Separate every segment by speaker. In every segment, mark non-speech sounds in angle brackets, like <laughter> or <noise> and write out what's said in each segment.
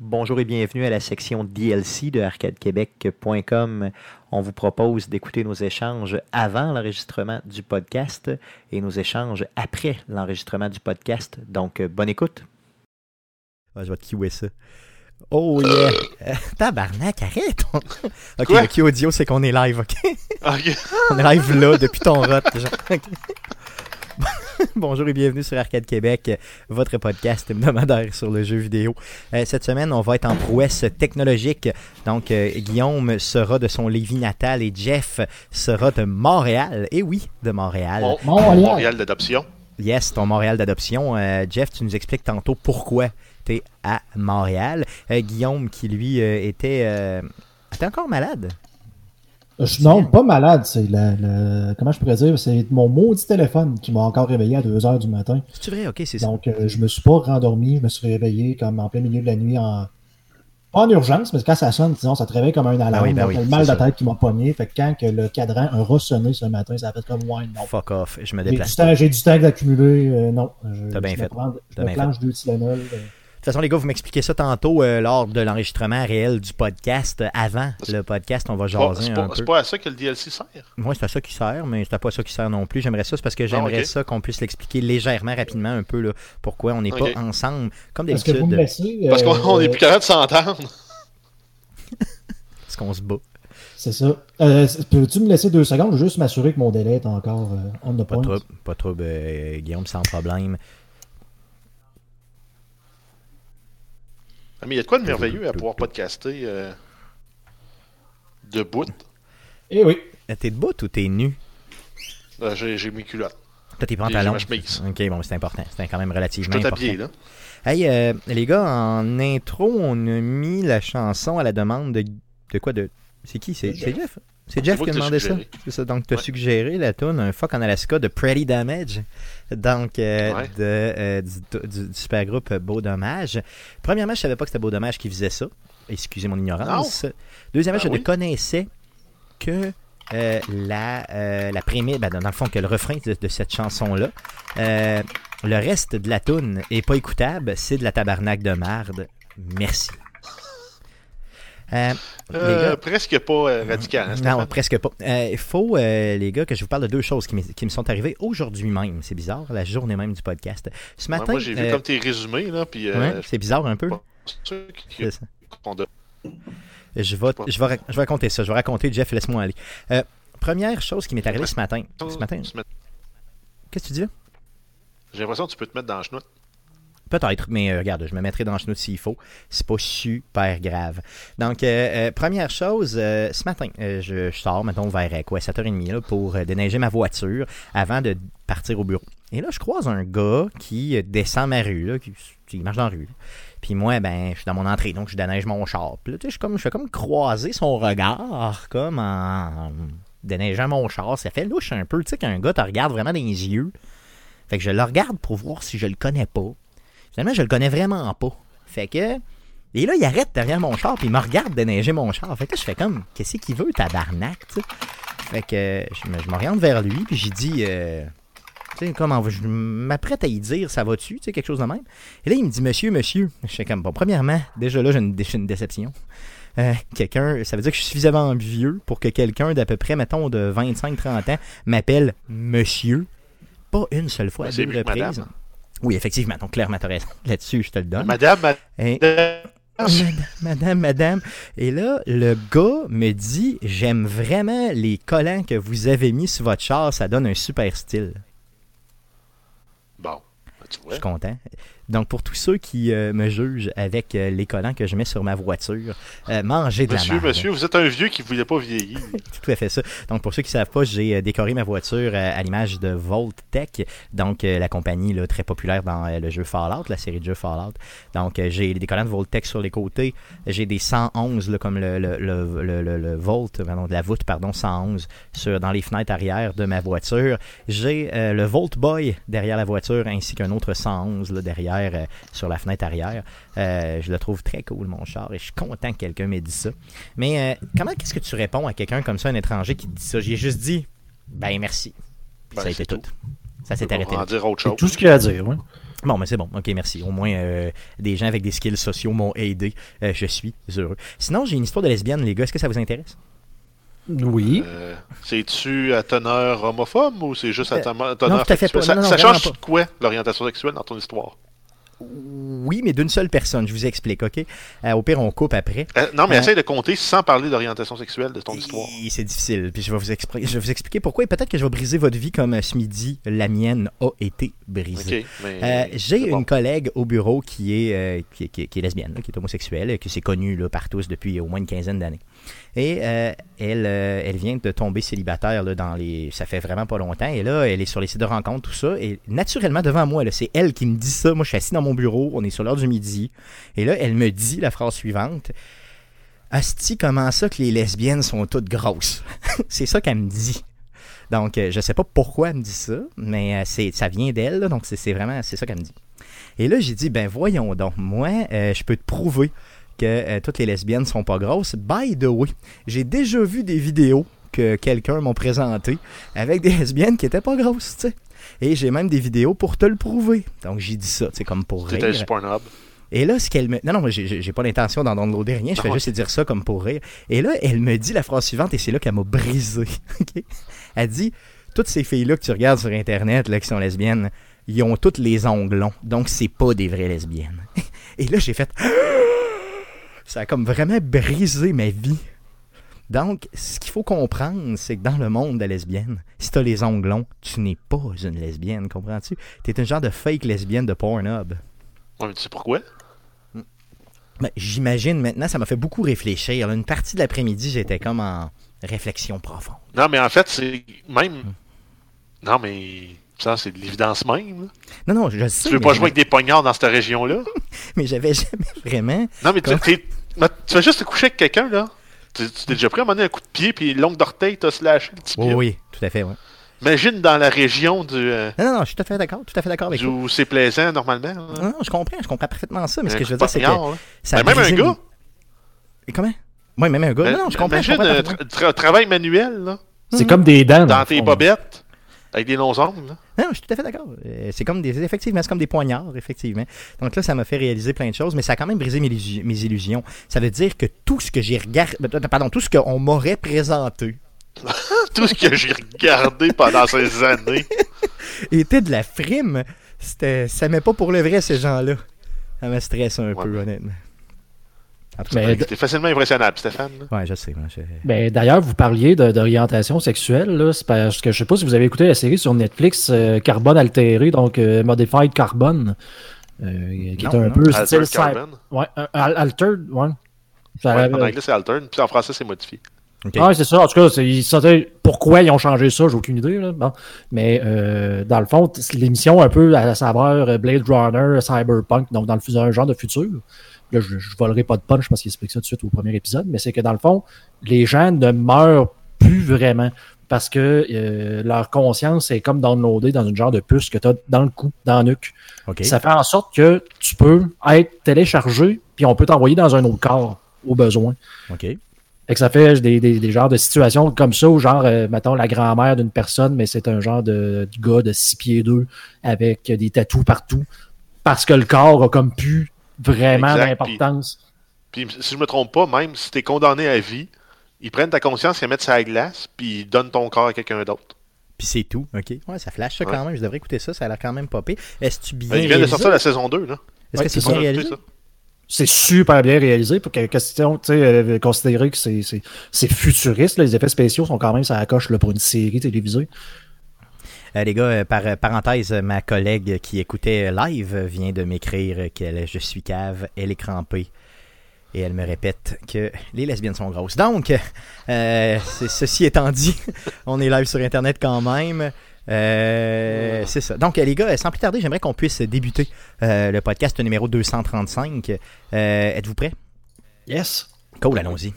Speaker 1: Bonjour et bienvenue à la section DLC de arcadequebec.com. On vous propose d'écouter nos échanges avant l'enregistrement du podcast et nos échanges après l'enregistrement du podcast. Donc, euh, bonne écoute.
Speaker 2: Ouais, Ah, je vais te kiwer ça. Oh yeah! Euh, tabarnak, arrête! ok,
Speaker 3: Quoi?
Speaker 2: le key audio, c'est qu'on est live, ok?
Speaker 3: Ah, Ok.
Speaker 2: On est live là, depuis ton rot. genre, <laughs> ok. Bonjour et bienvenue sur Arcade Québec, votre podcast hebdomadaire sur le jeu vidéo. Euh, cette semaine, on va être en prouesse technologique. Donc, euh, Guillaume sera de son Lévis natal et Jeff sera de Montréal. Et oui, de Montréal.
Speaker 3: Mon-
Speaker 4: Montréal.
Speaker 3: Montréal d'adoption.
Speaker 2: Yes, ton Montréal d'adoption. Euh, Jeff, tu nous expliques tantôt pourquoi tu es à Montréal. Euh, Guillaume, qui lui euh, était. euh, était encore malade.
Speaker 4: Euh, Je suis non, pas malade. C'est le, le- comment je pourrais dire, c'est mon maudit téléphone qui m'a encore réveillé à 2 heures du matin.
Speaker 2: C'est vrai, ok, c'est ça.
Speaker 4: Donc, euh, je me suis pas rendormi. Je me suis réveillé comme en plein milieu de la nuit en. Pas en urgence, mais quand ça sonne, disons, ça te réveille comme un alarme.
Speaker 2: oui, ben
Speaker 4: Donc,
Speaker 2: oui,
Speaker 4: le mal
Speaker 2: c'est
Speaker 4: de
Speaker 2: ça.
Speaker 4: tête qui m'a pogné. Fait que quand que le cadran a ressonné ce matin, ça a fait comme, ouais, non.
Speaker 2: Fuck off, je me
Speaker 4: J'ai
Speaker 2: déplace.
Speaker 4: du temps, j'ai du temps d'accumuler. euh, non. Je,
Speaker 2: T'as bien
Speaker 4: je me
Speaker 2: fait.
Speaker 4: prends- je
Speaker 2: T'as
Speaker 4: me
Speaker 2: bien
Speaker 4: planche deux Tylenol. euh.
Speaker 2: De toute façon, les gars, vous m'expliquez ça tantôt euh, lors de l'enregistrement réel du podcast. Euh, Avant
Speaker 3: C'est-
Speaker 2: le podcast, on va
Speaker 3: C'est pas-
Speaker 2: jaser
Speaker 3: C'est
Speaker 2: un
Speaker 3: pas,
Speaker 2: peu.
Speaker 3: c'est pas à ça que le DLC sert.
Speaker 2: Moi, c'est à ça qui sert, mais c'est pas ça qui sert non plus. J'aimerais ça, c'est parce que j'aimerais
Speaker 3: Ah, ok.
Speaker 2: ça qu'on puisse l'expliquer légèrement, rapidement, un peu, là, pourquoi on n'est
Speaker 3: Ok.
Speaker 2: pas ensemble, comme
Speaker 4: Parce que vous me
Speaker 2: d'habitude,
Speaker 4: laissez.
Speaker 3: Parce qu'on
Speaker 4: euh,
Speaker 3: on est plus capable de s'entendre.
Speaker 2: parce qu'on se bat.
Speaker 4: C'est ça. Euh, c'est- Peux-tu me laisser deux secondes? Je veux juste m'assurer que mon délai est encore euh, on the
Speaker 2: Pas
Speaker 4: point.
Speaker 2: de trouble, pas de trouble, euh, Guillaume, sans problème.
Speaker 3: Ah, Mais il y a de quoi de merveilleux à pouvoir podcaster euh, de bout.
Speaker 4: Eh oui.
Speaker 2: Euh, T'es debout ou t'es nu?
Speaker 3: Euh, J'ai j'ai mes culottes.
Speaker 2: T'as tes pantalons.
Speaker 3: J'ai ma chemise.
Speaker 2: Ok, bon, c'est important. C'est quand même
Speaker 3: Je
Speaker 2: relativement
Speaker 3: suis tout
Speaker 2: important.
Speaker 3: habillé, là.
Speaker 2: Hey, euh, les gars, en intro, on a mis la chanson à la demande de, de quoi de. C'est qui C'est
Speaker 4: De
Speaker 2: c'est Jeff. C'est Jeff
Speaker 3: moi
Speaker 2: qui a
Speaker 3: qui l'ai
Speaker 2: demandé ça.
Speaker 3: suggéré.
Speaker 2: C'est ça. Donc, t'as
Speaker 3: Ouais.
Speaker 2: suggéré la tune Un fuck en Alaska de Pretty Damage. Donc, euh,
Speaker 3: Ouais.
Speaker 2: de, euh, du, du- du super groupe Beau Dommage. Premièrement, je savais pas que c'était Beau Dommage qui faisait ça. Excusez mon ignorance. Deuxièmement,
Speaker 3: Ah
Speaker 2: je ne
Speaker 3: oui.
Speaker 2: connaissais que euh, la, euh, la prémisse, ben, dans le fond, que le refrain de, de cette chanson-là. Euh, le reste de la toune est pas écoutable, c'est de la tabarnak de marde. Merci. Euh, les
Speaker 3: Euh,
Speaker 2: gars-
Speaker 3: presque pas euh, radical. hein,
Speaker 2: non,
Speaker 3: Stéphane?
Speaker 2: presque pas. Euh, Il faut, euh, les gars, que je vous parle de deux choses qui, m'est- qui me sont arrivées aujourd'hui même. C'est bizarre, la journée même du podcast. Ce
Speaker 3: Ouais,
Speaker 2: matin,
Speaker 3: moi, j'ai vu
Speaker 2: euh,
Speaker 3: comme tes résumés, là, puis euh,
Speaker 2: ouais, c'est bizarre un peu.
Speaker 3: pas sûr que-
Speaker 2: C'est ça.
Speaker 3: qu'on doit-
Speaker 2: Je vais, je, vais, rac- je vais raconter ça. Je vais raconter, Jeff, laisse-moi aller. Euh, première chose qui m'est arrivée ce matin. Ce matin,
Speaker 3: se mettre-
Speaker 2: qu'est-ce que tu dis là?
Speaker 3: J'ai l'impression que tu peux te mettre dans le chenoute.
Speaker 2: Peut-être, mais euh, regarde, je me mettrai dans le genou s'il faut. C'est pas super grave. Donc, euh, euh, première chose, euh, ce matin, euh, je, je sors, mettons, vers euh, quoi, 7h30 là, pour euh, déneiger ma voiture avant de partir au bureau. Et là, je croise un gars qui euh, descend ma rue, là, qui, qui marche dans la rue. Puis moi, ben, je suis dans mon entrée, donc je déneige mon char. Puis là, tu sais, je, suis comme, je fais comme croiser son regard, comme en déneigeant mon char. Ça fait louche un peu, tu sais, qu'un gars te regarde vraiment dans les yeux. Fait que je le regarde pour voir si je le connais pas. Finalement, je le connais vraiment pas. Fait que. Et là, il arrête derrière mon char, puis il me regarde déneiger mon char. Fait que là, je fais comme, qu'est-ce qu'il veut, tabarnak, tu sais? Fait que euh, je me- je m'oriente vers lui, puis j'ai dit, euh, tu sais, comment je m'apprête à y dire, ça va-tu, tu sais, quelque chose de même. Et là, il me dit, monsieur, monsieur. Je fais comme, bon, premièrement, déjà là, j'ai une, dé- j'ai une déception. Euh, quelqu'un, ça veut dire que je suis suffisamment vieux pour que quelqu'un d'à peu près, mettons, de 25-30 ans m'appelle monsieur. Pas une seule fois, à
Speaker 3: Ben, c'est
Speaker 2: deux
Speaker 3: mieux que madame.
Speaker 2: reprises. Oui, effectivement. Donc, clairement, t'as raison. <laughs> Là-dessus, je te le donne.
Speaker 3: Madame, madame.
Speaker 2: Et-
Speaker 3: <laughs>
Speaker 2: Madame, madame, madame. Et là, le gars me dit J'aime vraiment les collants que vous avez mis sur votre char, ça donne un super style.
Speaker 3: Bon, ben, tu
Speaker 2: Je
Speaker 3: vois.
Speaker 2: suis content. Donc, pour tous ceux qui euh, me jugent avec euh, les collants que je mets sur ma voiture, euh, mangez de la
Speaker 3: Monsieur,
Speaker 2: merde.
Speaker 3: monsieur, vous êtes un vieux qui voulait pas vieillir.
Speaker 2: Tout à fait ça. Donc, pour ceux qui ne savent pas, j'ai euh, décoré ma voiture euh, à l'image de Voltech, donc euh, la compagnie là, très populaire dans euh, le jeu Fallout, la série de jeux Fallout. Donc, euh, j'ai des collants de Voltech sur les côtés. J'ai des 111, là, comme le, le, le, le- le- le Volt, euh, non, de la voûte, pardon, 111, sur, dans les fenêtres arrière de ma voiture. J'ai euh, le Volt Boy derrière la voiture, ainsi qu'un autre 111 là, derrière, euh, sur la fenêtre arrière. Euh, je le trouve très cool, mon char, et je suis content que quelqu'un m'ait dit ça. Mais euh, comment qu'est-ce que tu réponds à quelqu'un comme ça, un étranger qui te dit ça J'ai juste dit, ben merci. Puis
Speaker 3: Ben,
Speaker 2: ça a été
Speaker 3: c'est
Speaker 2: tout.
Speaker 3: tout.
Speaker 2: Ça
Speaker 3: C'est
Speaker 2: s'est arrêté.
Speaker 3: en
Speaker 2: là.
Speaker 3: dire autre
Speaker 4: C'est
Speaker 3: chose.
Speaker 4: tout ce qu'il y a à dire, oui.
Speaker 2: Bon, mais c'est bon. OK, merci. Au moins, euh, des gens avec des skills sociaux m'ont aidé. Euh, je suis heureux. Sinon, j'ai une histoire de lesbienne, les gars. Est-ce que ça vous intéresse?
Speaker 5: Oui.
Speaker 3: Euh, C'est-tu à teneur homophobe ou c'est juste à
Speaker 2: Euh,
Speaker 3: teneur
Speaker 2: non, tout à fait
Speaker 3: sexuelle?
Speaker 2: pas.
Speaker 3: Ça,
Speaker 2: Non, non,
Speaker 3: ça
Speaker 2: vraiment
Speaker 3: change
Speaker 2: pas.
Speaker 3: quoi l'orientation sexuelle dans ton histoire?
Speaker 2: Oui, mais d'une seule personne. Je vous explique, OK? Euh, au pire, on coupe après.
Speaker 3: Euh, non, mais
Speaker 2: Euh,
Speaker 3: essaye de compter sans parler d'orientation sexuelle de ton histoire.
Speaker 2: Et C'est difficile. Puis je vais vous expliquer, je vais vous expliquer pourquoi. Et peut-être que je vais briser votre vie comme euh, ce midi, la mienne a été brisée.
Speaker 3: Ok, mais
Speaker 2: Euh, J'ai
Speaker 3: c'est
Speaker 2: une
Speaker 3: bon.
Speaker 2: collègue au bureau qui est, euh, qui, qui- qui est lesbienne, là, qui est homosexuelle, euh, qui s'est connue là, par tous depuis au moins une quinzaine d'années. Et euh, elle, euh, elle vient de tomber célibataire là, dans les. Ça fait vraiment pas longtemps. Et là, elle est sur les sites de rencontres, tout ça. Et naturellement, devant moi, là, c'est elle qui me dit ça. Moi, je suis assis dans mon bureau. On est sur l'heure du midi. Et là, elle me dit la phrase suivante Asti, comment ça que les lesbiennes sont toutes grosses <laughs> C'est ça qu'elle me dit. Donc, euh, je sais pas pourquoi elle me dit ça, mais euh, c'est, ça vient d'elle, là, donc c'est, c'est vraiment c'est ça qu'elle me dit. Et là, j'ai dit, ben voyons donc, moi, euh, je peux te prouver que euh, toutes les lesbiennes sont pas grosses. By the way, j'ai déjà vu des vidéos que quelqu'un m'a présentées avec des <laughs> lesbiennes qui étaient pas grosses, tu sais. Et j'ai même des vidéos pour te le prouver. Donc, j'ai dit ça, tu sais, comme pour
Speaker 3: T'étais
Speaker 2: rire.
Speaker 3: sur Pornhub.
Speaker 2: Et là, ce qu'elle me. Non, non, moi, j'ai- j'ai j'ai pas l'intention d'en downloader rien. Je fais
Speaker 3: Ah ouais.
Speaker 2: juste dire ça comme pour rire. Et là, elle me dit la phrase suivante, et c'est là qu'elle m'a brisé. <laughs> ok? Elle dit Toutes ces filles-là que tu regardes sur Internet, là, qui sont lesbiennes, ils ont toutes les onglons. Donc, c'est pas des vraies lesbiennes. <laughs> et là, j'ai fait <gasps> Ça a comme vraiment brisé ma vie. Donc, ce qu'il faut comprendre, c'est que dans le monde des lesbiennes, si t'as les onglons, tu n'es pas une lesbienne, comprends-tu? T'es un genre de fake lesbienne de Pornhub.
Speaker 3: Ouais, mais tu sais pourquoi?
Speaker 2: Ben, J'imagine maintenant, ça m'a fait beaucoup réfléchir. là. Une partie de l'après-midi, j'étais comme en réflexion profonde.
Speaker 3: Non, mais en fait, c'est
Speaker 2: Hmm.
Speaker 3: même. Non, mais. Ça, c'est de l'évidence même. là.
Speaker 2: Non, non, je le sais.
Speaker 3: Tu veux
Speaker 2: mais
Speaker 3: pas jouer
Speaker 2: j'avais-
Speaker 3: avec des poignards dans cette région-là?
Speaker 2: Mais j'avais jamais vraiment.
Speaker 3: Non, mais tu,
Speaker 2: Quoi?
Speaker 3: t'es- mais tu vas juste te coucher avec quelqu'un, là. Tu tu t'es déjà pris à un moment donné un coup de pied, puis l'ongle d'orteil t'a slashé le petit
Speaker 2: Oui,
Speaker 3: pied.
Speaker 2: oui, tout à fait, ouais.
Speaker 3: Imagine dans la région du, euh,
Speaker 2: Non, non, non, je suis tout à fait d'accord, tout à fait d'accord avec
Speaker 3: du-
Speaker 2: toi.
Speaker 3: où c'est plaisant, normalement. là. Euh,
Speaker 2: Non, non, je comprends, je comprends parfaitement ça, mais ce
Speaker 3: Un
Speaker 2: que je veux
Speaker 3: coup
Speaker 2: dire,
Speaker 3: de
Speaker 2: c'est que.
Speaker 3: poignard, là.
Speaker 2: ça a
Speaker 3: Ben, même un
Speaker 2: brisé
Speaker 3: gars.
Speaker 2: mon- Et Comment Oui, même un gars.
Speaker 3: Ben,
Speaker 2: Non, non, je comprends. je
Speaker 3: Imagine
Speaker 2: comprends Ah,
Speaker 3: euh,
Speaker 2: parfaitement.
Speaker 3: tra- tra- travail manuel, là.
Speaker 5: C'est comme des dents. dans
Speaker 3: Dans
Speaker 5: le
Speaker 3: tes
Speaker 5: fond.
Speaker 3: bobettes, avec des longs ongles, là. <laughs>
Speaker 2: Non, non, je suis tout à fait d'accord. Euh, C'est comme des. Effectivement, c'est comme des poignards, effectivement. Donc là, ça m'a fait réaliser plein de choses, mais ça a quand même brisé mes, illusi- mes illusions. Ça veut dire que tout ce que j'ai regardé. Pardon, tout ce qu'on m'aurait présenté
Speaker 3: Tout ce que j'ai regardé pendant
Speaker 2: <laughs>
Speaker 3: ces années.
Speaker 2: était de la frime. C'était, ça met pas pour le vrai ces gens-là. Ça me stresse un
Speaker 3: Ouais.
Speaker 2: peu honnêtement. En tout cas,
Speaker 5: Mais d-
Speaker 3: C'était facilement impressionnable, Stéphane. là.
Speaker 2: ouais, je sais. moi, je-
Speaker 5: Mais Ben, d'ailleurs, vous parliez de- d'orientation sexuelle, là, c'est parce que je sais pas si vous avez écouté la série sur Netflix euh, Carbone altéré, donc euh, Modified Carbone, euh, qui est
Speaker 2: Non,
Speaker 5: un
Speaker 2: non.
Speaker 5: peu style
Speaker 3: Altered
Speaker 5: cyber-
Speaker 3: Carbon.
Speaker 5: Ouais, un- un- altered, ouais. Ça
Speaker 3: Ouais,
Speaker 5: avait-
Speaker 3: en anglais, c'est alterne, puis en français, c'est modifié.
Speaker 2: Ok.
Speaker 5: Ouais, Ah, c'est ça. En tout cas, c'est- ils sentaient pourquoi ils ont changé ça, j'ai aucune idée. Là. Bon. Mais euh, dans le fond, t- c'est l'émission un peu à la saveur euh, Blade Runner, Cyberpunk, donc dans le, fus- un genre de futur. Là, je ne volerai pas de punch parce qu'il explique ça tout de suite au premier épisode, mais c'est que dans le fond, les gens ne meurent plus vraiment parce que euh, leur conscience est comme downloadée dans une genre de puce que tu as dans le cou, dans la nuque.
Speaker 2: Ok.
Speaker 5: Ça fait en sorte que tu peux être téléchargé, puis on peut t'envoyer dans un autre corps au besoin.
Speaker 2: Ok.
Speaker 5: Fait que ça fait des, des, des genres de situations comme ça, où genre, euh, mettons, la grand-mère d'une personne, mais c'est un genre de, de gars de 6 pieds 2 avec euh, des tatous partout, parce que le corps a comme plus vraiment
Speaker 3: Exact,
Speaker 5: d'importance.
Speaker 3: Puis, si je me trompe pas, même si t'es condamné à vie, ils prennent ta conscience, ils la mettent sur la glace, puis ils donnent ton corps à quelqu'un d'autre.
Speaker 2: Puis c'est tout. Ok. Ouais, ça flash ça quand même. Je devrais écouter ça. Ça a l'air quand même popé. Est-ce que bien
Speaker 3: Ils viennent de
Speaker 2: réalisé?
Speaker 3: sortir la saison 2, là.
Speaker 2: Est-ce que
Speaker 5: Ouais,
Speaker 2: c'est
Speaker 5: c'est
Speaker 2: bien
Speaker 3: Ouais,
Speaker 2: réalisé?
Speaker 3: c'est ça.
Speaker 5: C'est super bien réalisé pour que question, tu sais, euh, considérer que c'est- c'est c'est futuriste, là, les effets spéciaux sont quand même ça coche là, pour une série télévisée.
Speaker 2: Euh, les gars, euh, par euh, parenthèse, euh, ma collègue qui écoutait euh, live euh, vient de m'écrire euh, qu'elle je suis cave, elle est crampée. Et elle me répète que les lesbiennes sont grosses. Donc, euh, c'est- ceci étant dit, <laughs> on est live sur Internet quand même. Euh, c'est ça. Donc, euh, les gars, euh, sans plus tarder, j'aimerais qu'on puisse débuter euh, le podcast numéro 235. Euh, Êtes-vous prêts?
Speaker 5: Yes!
Speaker 2: Cool, allons-y.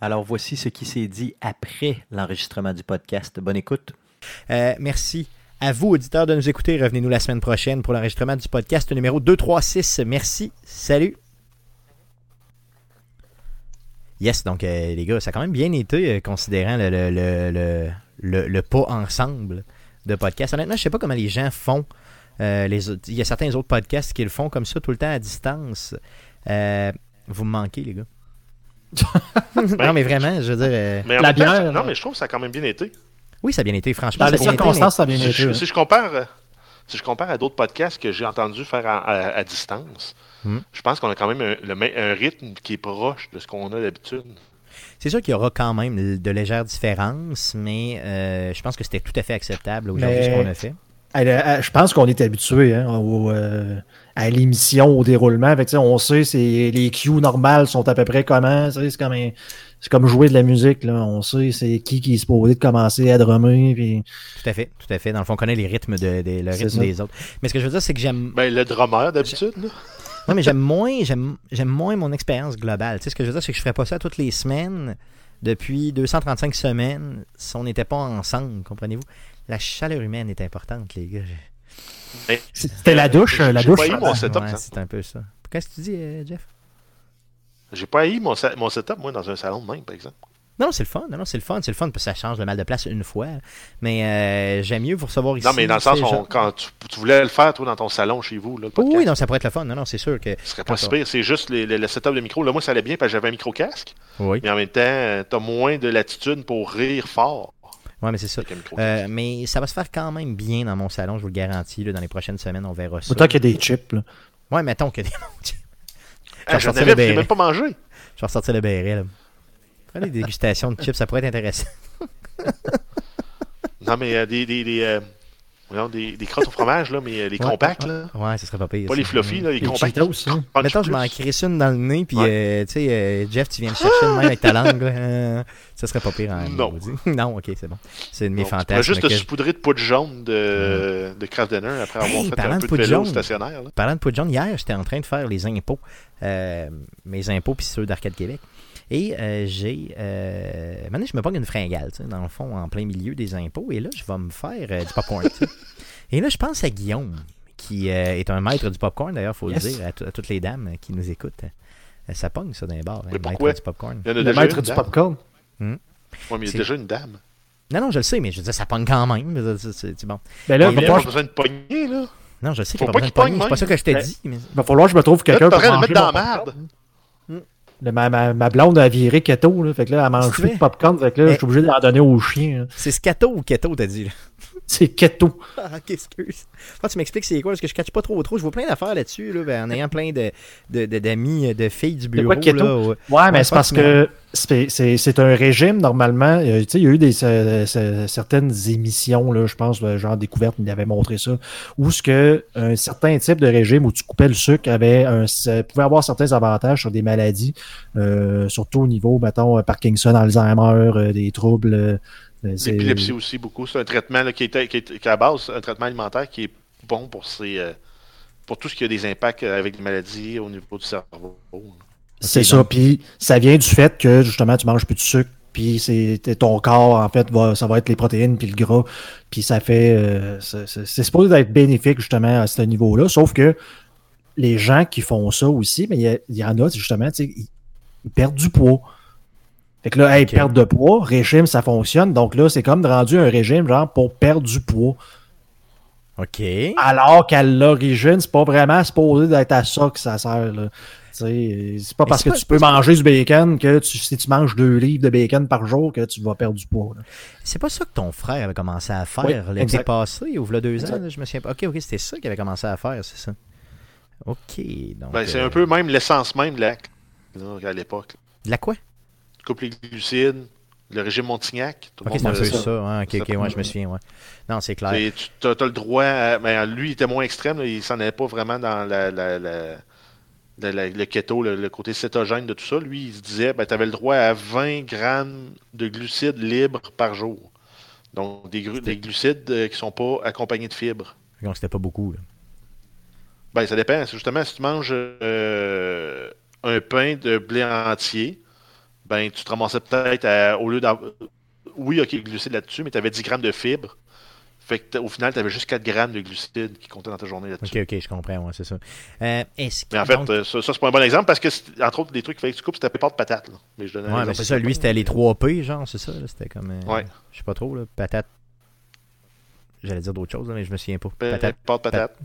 Speaker 1: Alors voici ce qui s'est dit après l'enregistrement du podcast. Bonne écoute.
Speaker 2: Euh, merci à vous, auditeurs, de nous écouter. Revenez-nous la semaine prochaine pour l'enregistrement du podcast numéro 236. Merci. Salut. Yes, donc euh, les gars, ça a quand même bien été euh, considérant le, le, le, le- le- le pas ensemble de podcast. Honnêtement, je sais pas comment les gens font Euh, les autres- il y a certains autres podcasts qui le font comme ça tout le temps à distance. Euh, vous me manquez,
Speaker 5: <laughs>
Speaker 2: les gars. non, mais vraiment, je veux dire. euh,
Speaker 3: Mais en
Speaker 5: La
Speaker 3: même temps,
Speaker 5: bière,
Speaker 3: ça- non,
Speaker 5: euh,
Speaker 3: mais je trouve que ça a quand même bien été.
Speaker 2: oui, ça a bien été, franchement.
Speaker 5: Dans
Speaker 2: ça a
Speaker 5: les
Speaker 2: bien été,
Speaker 5: circonstances, ça a bien
Speaker 3: Si
Speaker 5: été.
Speaker 3: je,
Speaker 5: là.
Speaker 3: si je compare, euh, si je compare à d'autres podcasts que j'ai entendu faire à, à- à distance,
Speaker 2: Hmm.
Speaker 3: je pense qu'on a quand même un, le même- un rythme qui est proche de ce qu'on a d'habitude.
Speaker 2: mais C'est sûr qu'il y aura quand même l- de légères différences, mais euh, je pense que c'était tout à fait acceptable aujourd'hui
Speaker 5: Mais-
Speaker 2: ce qu'on a fait.
Speaker 5: Elle, elle, euh, je pense qu'on est habitué hein, au, euh, à l'émission, au déroulement. Fait que, tu sais, on sait c'est les cues normales sont à peu près comment. tu sais, C'est comme, un- c'est comme jouer de la musique. Là. On sait c'est qui qui est supposé de commencer à drummer. Puis...
Speaker 2: Tout à fait, tout à fait. Dans le fond, on connaît les rythmes, de, des- le
Speaker 5: C'est
Speaker 2: rythme
Speaker 5: ça.
Speaker 2: des autres. Mais ce que je veux dire, c'est que j'aime
Speaker 3: Ben, le drummer d'habitude, là.
Speaker 2: Non, mais j'aime moins, j'aime, j'aime moins mon expérience globale. Tu sais, ce que je veux dire, c'est que je ferais pas ça toutes les semaines depuis 235 semaines si on n'était pas ensemble, comprenez-vous? La chaleur humaine est importante, les gars. Je-
Speaker 5: C'était la douche. euh, La
Speaker 3: J'ai
Speaker 5: douche.
Speaker 3: pas eu mon
Speaker 5: pendant-
Speaker 3: setup.
Speaker 2: Ouais,
Speaker 3: hein.
Speaker 2: c'est un peu ça. Qu'est-ce que tu dis, euh, Jeff?
Speaker 3: J'ai pas haï mon, sa- mon setup, moi, dans un salon de même, par exemple.
Speaker 2: Non, non, c'est le fun. Non, non, c'est le fun. C'est le fun parce que ça change le mal de place une fois. Mais euh, j'aime mieux vous recevoir ici.
Speaker 3: Non, mais dans le
Speaker 2: tu sais,
Speaker 3: sens, on-
Speaker 2: genre-
Speaker 3: quand tu, tu voulais le faire, toi, dans ton salon chez vous, là, le
Speaker 2: Oui,
Speaker 3: podcast,
Speaker 2: oui, non, ça pourrait être le fun. Non, non, c'est sûr que.
Speaker 3: ce serait pas si pire. C'est juste les- le, le setup de micro. Là, moi, ça allait bien parce que j'avais un micro-casque,
Speaker 2: Oui.
Speaker 3: mais en même temps, euh, t'as moins de latitude pour rire fort
Speaker 2: Ouais, mais c'est ça.
Speaker 3: avec un micro-casque.
Speaker 2: Euh, mais ça va se faire quand même bien dans mon salon, je vous le garantis. là, dans les prochaines semaines, on verra ça.
Speaker 5: Autant qu'il y a des chips. Là.
Speaker 2: Ouais, mettons que <laughs> des
Speaker 3: Ah, J'en
Speaker 2: sortir
Speaker 3: avais,
Speaker 2: le
Speaker 3: puis j'ai
Speaker 2: béret.
Speaker 3: même pas mangé.
Speaker 2: Je vais ressortir le béret, là. Faire des dégustations de chips, ça pourrait être intéressant.
Speaker 3: Non, mais euh, des, des, des, euh, voyons, des, des crottes au fromage, là, mais euh, les
Speaker 2: Ouais.
Speaker 3: compacts, là.
Speaker 2: Ouais, ça serait pas pire.
Speaker 3: Pas les
Speaker 2: ça.
Speaker 3: fluffy, là, les
Speaker 5: Les
Speaker 3: compacts. Ah,
Speaker 5: Cheetos, hein.
Speaker 3: Crunch
Speaker 2: Mettons, je
Speaker 3: Plus.
Speaker 2: m'en crisse une dans le nez, puis,
Speaker 3: Ouais.
Speaker 2: euh, tu sais, euh, Jeff, tu viens me chercher une main avec
Speaker 3: <laughs>
Speaker 2: ta langue, là. Euh, ça serait pas pire. hein,
Speaker 3: Non.
Speaker 2: maudit. <laughs> non, ok, c'est bon. C'est une de mes
Speaker 3: Donc, tu pourrais
Speaker 2: fantasmes.
Speaker 3: juste te
Speaker 2: que je-
Speaker 3: saupoudrer de poudre jaune de, de Kraft Dinner après avoir
Speaker 2: Hey,
Speaker 3: fait
Speaker 2: parlant
Speaker 3: un
Speaker 2: de
Speaker 3: peu de
Speaker 2: poudre
Speaker 3: vélo
Speaker 2: jaune.
Speaker 3: stationnaire. là.
Speaker 2: Parlant de Poudjon, hier, j'étais en train de faire les impôts, euh, mes impôts puis ceux d'Arcade Québec. Et euh, j'ai. Euh, maintenant, je me pogne une fringale, tu sais, dans le fond, en plein milieu des impôts. Et là, je vais me faire euh, du popcorn. tu sais. et là, je pense à Guillaume, qui euh, est un maître du popcorn, d'ailleurs, faut
Speaker 5: Yes.
Speaker 2: le dire, à, to- à toutes les dames qui nous écoutent. Euh, Ça pogne, ça, dans les bars, hein,
Speaker 3: Mais
Speaker 2: le
Speaker 3: pourquoi?
Speaker 2: maître du popcorn.
Speaker 3: Il y en a
Speaker 5: Le
Speaker 3: déjà
Speaker 5: maître
Speaker 3: une
Speaker 5: du
Speaker 3: dame. Ouais,
Speaker 5: popcorn.
Speaker 3: mais il y
Speaker 2: C'est-
Speaker 3: a déjà une dame.
Speaker 2: Non, non, je le sais, mais je veux dire, ça pogne quand même. Je veux dire, c'est- c'est c'est bon.
Speaker 5: Ben
Speaker 2: Il
Speaker 5: là,
Speaker 2: est
Speaker 5: il
Speaker 3: Il
Speaker 5: va
Speaker 3: n'y a pas
Speaker 5: falloir-
Speaker 3: besoin de poignée, là.
Speaker 2: Non, je le sais
Speaker 3: Faut
Speaker 2: qu'il n'y a pas
Speaker 3: pas
Speaker 2: besoin de
Speaker 3: qu'il pogne
Speaker 2: pogner, C'est pas
Speaker 3: même.
Speaker 2: ça que je t'ai
Speaker 3: Ben,
Speaker 2: dit. Mais...
Speaker 5: il va falloir que je me trouve
Speaker 3: Là,
Speaker 5: quelqu'un
Speaker 3: t'es en
Speaker 5: pour
Speaker 3: train de le
Speaker 5: manger
Speaker 3: mettre dans
Speaker 5: mon
Speaker 3: la
Speaker 5: popcorn.
Speaker 3: merde.
Speaker 5: Le- ma, ma, ma blonde a viré keto. Là, fait que là, elle mange
Speaker 2: tu
Speaker 5: plus
Speaker 2: fais?
Speaker 5: de popcorn. Fait que là, je suis obligé de la donner au chien. hein.
Speaker 2: C'est scato ou keto, t'as dit, là?
Speaker 5: C'est keto.
Speaker 2: Ah, excuse. Faut que tu m'expliques c'est quoi, parce que je ne catch pas trop trop. Je vois plein d'affaires là-dessus, là, ben, en ayant plein de, de, de- d'amis, euh, de filles du bureau.
Speaker 5: quoi de keto?
Speaker 2: là, ouais.
Speaker 5: Ouais, mais
Speaker 2: Ouais,
Speaker 5: c'est parce
Speaker 2: facilement.
Speaker 5: que c'est- c'est c'est un régime, normalement. Euh, tu sais, il y a eu des, ce- ce- certaines émissions, là, je pense, le genre découverte, il avait montré ça, où ce que un certain type de régime où tu coupais le sucre avait un, ça pouvait avoir certains avantages sur des maladies, euh, surtout au niveau, mettons, euh, Parkinson, Alzheimer, euh, des troubles. euh, euh, c'est-
Speaker 3: L'épilepsie aussi, beaucoup. C'est un traitement là, qui, est, qui, est- qui est à la base, un traitement alimentaire qui est bon pour, ses, euh, pour tout ce qui a des impacts euh, avec les maladies au niveau du cerveau.
Speaker 5: C'est
Speaker 2: Ok,
Speaker 5: ça.
Speaker 2: donc-
Speaker 5: Puis ça vient du fait que justement, tu manges plus de sucre. Puis c'est t'es- ton corps, en fait, va, ça va être les protéines puis le gras. Puis ça fait. euh, c'est- c'est c'est supposé être bénéfique justement à ce niveau-là. Sauf que les gens qui font ça aussi, mais il y a- il y, en a justement, tu sais, ils, ils perdent du poids. Fait que là, hey,
Speaker 2: Ok.
Speaker 5: perdre de poids, régime, ça fonctionne. Donc là, c'est comme rendu un régime genre pour perdre du poids.
Speaker 2: OK.
Speaker 5: Alors qu'à l'origine, c'est pas vraiment supposé d'être à ça que ça sert. Là. Tu sais, C'est pas
Speaker 2: Mais
Speaker 5: parce
Speaker 2: c'est
Speaker 5: que
Speaker 2: pas-
Speaker 5: tu peux manger du bacon que tu- si tu manges deux livres de bacon par jour que tu vas perdre du poids. là.
Speaker 2: C'est pas ça que ton frère avait commencé à faire
Speaker 5: Oui,
Speaker 2: l'été
Speaker 5: exact.
Speaker 2: passé, ou v'là deux ans,
Speaker 5: Exact.
Speaker 2: là, je me souviens pas. OK, OK, c'était ça qu'il avait commencé à faire, c'est ça. OK. Donc,
Speaker 3: Ben, c'est
Speaker 2: euh,
Speaker 3: un peu même l'essence même de l'acte là, à l'époque.
Speaker 2: De la quoi?
Speaker 3: Tu coupes les glucides, le régime Montignac. Tout le
Speaker 2: OK, c'est un
Speaker 3: monde
Speaker 2: peu
Speaker 3: faisait
Speaker 2: ça.
Speaker 3: ça.
Speaker 2: ouais, OK, OK, ouais, je me souviens, ouais. Non, c'est clair.
Speaker 3: Et tu as, le droit à- ben, lui, il était moins extrême. là, il s'en allait pas vraiment dans la, la- la- la- la- le keto, le, le côté cétogène de tout ça. Lui, il se disait ben, tu avais le droit à 20 grammes de glucides libres par jour. Donc, des, gru- des glucides euh, qui sont pas accompagnés de fibres.
Speaker 2: Donc, c'était pas beaucoup, là.
Speaker 3: Ben, ça dépend. C'est Justement, si tu manges euh, un pain de blé entier, ben, tu te ramassais peut-être à- au lieu d'avoir. Oui, ok, glucides là-dessus, mais tu avais 10 grammes de fibres. Fait que t- au final, tu avais juste 4 grammes de glucides qui comptaient dans ta journée là-dessus.
Speaker 2: OK, OK, je comprends, ouais, c'est ça. Euh, est-ce que-
Speaker 3: Mais en fait,
Speaker 2: donc-
Speaker 3: euh, ça, ça, c'est pas un bon exemple parce que, c'est- entre autres, des trucs qu'il fallait que tu coupes, c'était pas de patate. Là. Mais je donnais un
Speaker 2: Ouais, mais
Speaker 3: exemple.
Speaker 2: c'est ça, lui, c'était les 3 P, genre, c'est ça, là, c'était comme... euh,
Speaker 3: Ouais.
Speaker 2: Je sais pas trop, là, patate... J'allais dire d'autres choses, là, mais je me souviens pas.
Speaker 3: Pain,
Speaker 2: Patate,
Speaker 3: Pas de patate.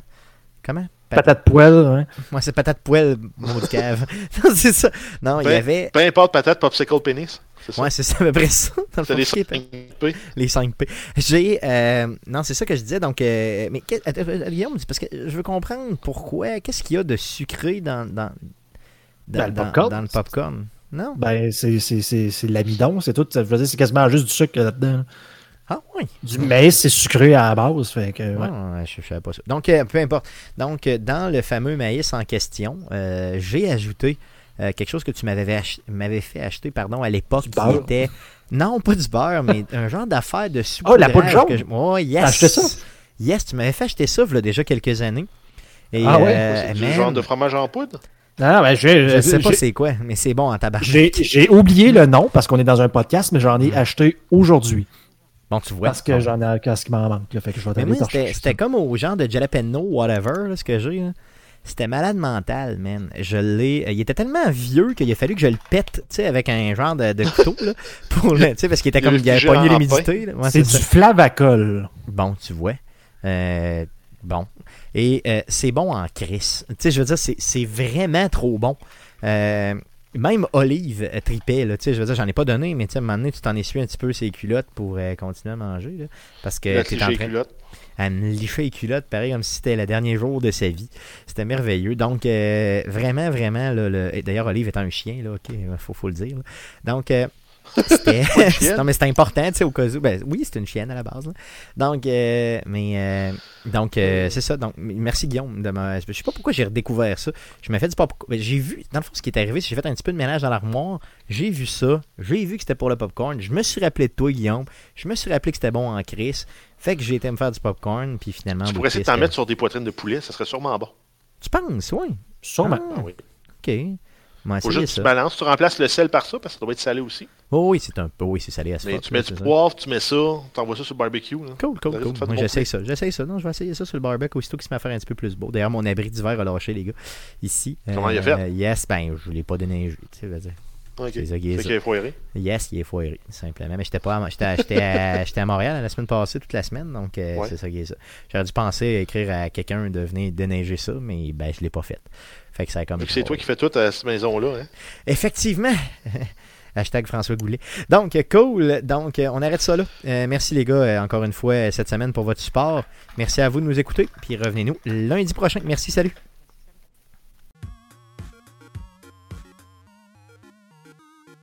Speaker 2: Comment
Speaker 5: Patate poêle, hein.
Speaker 2: Moi, c'est patate poêle, maudit
Speaker 3: <laughs>
Speaker 2: cave. <laughs> non, c'est ça. Non, il y
Speaker 3: Ben,
Speaker 2: avait.
Speaker 3: Peu importe, patate, popsicle, pénis. C'est ça.
Speaker 2: Ouais, c'est ça à peu près ça. Dans le
Speaker 3: c'est les
Speaker 2: fond, skip.
Speaker 3: 5P.
Speaker 2: Les 5P. J'ai. euh, non, c'est ça que je disais. Donc, euh, mais que- attends, euh, Guillaume, c'est parce que je veux comprendre pourquoi. Qu'est-ce qu'il y a de sucré dans, dans,
Speaker 5: Dans le popcorn.
Speaker 2: dans le popcorn? Non?
Speaker 5: Ben, c'est- c'est c'est- c'est de l'amidon, c'est tout. Ça veut dire, c'est quasiment juste du sucre là-dedans.
Speaker 2: Ah oui.
Speaker 5: Du maïs, c'est sucré à la base. Fait que, ouais.
Speaker 2: Ah, je, je savais pas ça. Donc, euh, peu importe. Donc, euh, dans le fameux maïs en question, euh, j'ai ajouté euh, quelque chose que tu m'avais ach- m'avais fait acheter pardon, à l'époque
Speaker 5: Du
Speaker 2: qui
Speaker 5: beurre.
Speaker 2: était. Non, pas du beurre, mais un genre
Speaker 5: <laughs>
Speaker 2: d'affaire de soupe.
Speaker 5: Oh, la poudre jaune?
Speaker 2: Que je... Oh, yes.
Speaker 5: T'as acheté ça?
Speaker 2: Yes, tu m'avais fait acheter ça, il y a déjà quelques années. Et,
Speaker 5: Ah ouais?
Speaker 2: euh,
Speaker 3: C'est du
Speaker 2: man,
Speaker 3: genre de fromage en poudre.
Speaker 5: Non, non, ben, j'ai-
Speaker 2: Je sais pas
Speaker 5: j'ai-
Speaker 2: c'est quoi, mais c'est bon en tabac.
Speaker 5: j'ai j'ai oublié le nom parce qu'on est dans un podcast, mais j'en ai acheté aujourd'hui.
Speaker 2: Bon, tu vois.
Speaker 5: Parce que
Speaker 2: Bon.
Speaker 5: j'en ai parce qu'il m'en manque. là, fait que je vais
Speaker 2: Mais
Speaker 5: aller
Speaker 2: moi,
Speaker 5: t'en
Speaker 2: c'était
Speaker 5: chercher
Speaker 2: c'était comme au genre de jalapeno, whatever, là, ce que j'ai. là. C'était malade mental, man. Je l'ai. euh, Il était tellement vieux qu'il a fallu que je le pète, tu sais, avec un genre de, de couteau, là, <laughs> pour le, tu sais, parce qu'il était
Speaker 3: Il
Speaker 2: comme
Speaker 3: le
Speaker 2: il avait
Speaker 3: figeait
Speaker 2: pogné
Speaker 3: en
Speaker 2: l'humidité. là. Ouais,
Speaker 5: ça. C'est
Speaker 2: ça.
Speaker 5: du flavacol.
Speaker 2: Bon, tu vois. Euh, bon. Et euh, c'est bon en crise. Tu sais, je veux dire, c'est- c'est vraiment trop bon. Euh, même Olive euh, tripait, là, tu sais, je veux dire, j'en ai pas donné, mais tu sais, à un moment donné, tu t'en essuies un petit peu ses culottes pour euh, continuer à manger, là, parce que
Speaker 3: La
Speaker 2: Euh, t'es en
Speaker 3: tige
Speaker 2: train
Speaker 3: culotte.
Speaker 2: à me licher les culottes, pareil comme si c'était le dernier jour de sa vie. C'était merveilleux. Donc, euh, vraiment, vraiment, là, le... et d'ailleurs, Olive étant un chien, là, ok, faut, faut le dire. là. Donc,
Speaker 3: <laughs>
Speaker 2: euh, c'était... <laughs>
Speaker 3: chienne.
Speaker 2: non, mais c'était important, tu sais, au cas où. Ben, oui, c'est une chienne à la base. là. Donc, euh, mais... euh, donc, euh, c'est ça. Donc, merci Guillaume. De ma... Je sais pas pourquoi j'ai redécouvert ça. Je m'ai fait du popcorn. J'ai vu, dans le fond, ce qui est arrivé, c'est que j'ai fait un petit peu de ménage dans l'armoire. J'ai vu ça. J'ai vu que c'était pour le popcorn. Je me suis rappelé de toi, Guillaume. Je me suis rappelé que c'était bon en crise. Fait que j'ai été me faire du popcorn, puis finalement.
Speaker 3: Tu
Speaker 2: bon,
Speaker 3: pourrais essayer de
Speaker 2: Chris,
Speaker 3: t'en
Speaker 2: euh,
Speaker 3: mettre sur des poitrines de poulet, ça serait sûrement bon.
Speaker 2: Tu penses, oui.
Speaker 5: Sûrement.
Speaker 2: Ah,
Speaker 3: oui.
Speaker 2: OK. Moi,
Speaker 3: Faut
Speaker 2: c'est
Speaker 3: juste que tu
Speaker 2: ça.
Speaker 3: balances, tu remplaces le sel par ça, parce que ça doit être salé aussi.
Speaker 2: Oh, oui, c'est un peu. Oui, c'est salé à ce
Speaker 3: Mais
Speaker 2: fuck,
Speaker 3: tu
Speaker 2: là,
Speaker 3: mets du
Speaker 2: c'est ça.
Speaker 3: poivre, tu mets ça, t'envoies ça sur le barbecue. là.
Speaker 2: Cool,
Speaker 3: Ça
Speaker 2: cool,
Speaker 3: risque
Speaker 2: cool.
Speaker 3: de faire de
Speaker 2: Moi,
Speaker 3: bon
Speaker 2: j'essaye ça. J'essaye ça. Non, je vais essayer ça sur le barbecue aussitôt qu'il se m'a fait un petit peu plus beau. D'ailleurs, mon abri d'hiver a lâché, les gars. Ici. euh,
Speaker 3: Comment il a fait?
Speaker 2: Yes, ben, je ne l'ai pas déneigé. Tu sais, je veux dire.
Speaker 3: Ok.
Speaker 2: C'est ça qui est ça.
Speaker 3: Fait qu'il est foiré.
Speaker 2: Yes, il est foiré, simplement. Mais j'étais pas à- j'étais à, j'étais
Speaker 3: <laughs>
Speaker 2: à, j'étais à Montréal la semaine passée, toute la semaine, donc euh,
Speaker 3: Ouais.
Speaker 2: c'est ça qui est ça. J'aurais dû penser à écrire à quelqu'un de venir déneiger ça, mais ben je l'ai pas fait. Fait que ça a comme.
Speaker 3: Vu que c'est toi qui fais tout à cette maison-là. Hein?
Speaker 2: Effectivement! <laughs> Hashtag François Goulet. Donc, euh, cool. Donc, euh, on arrête ça là. Euh, merci les gars, euh, encore une fois, euh, cette semaine pour votre support. Merci à vous de nous écouter. Puis revenez-nous lundi prochain. Merci, salut.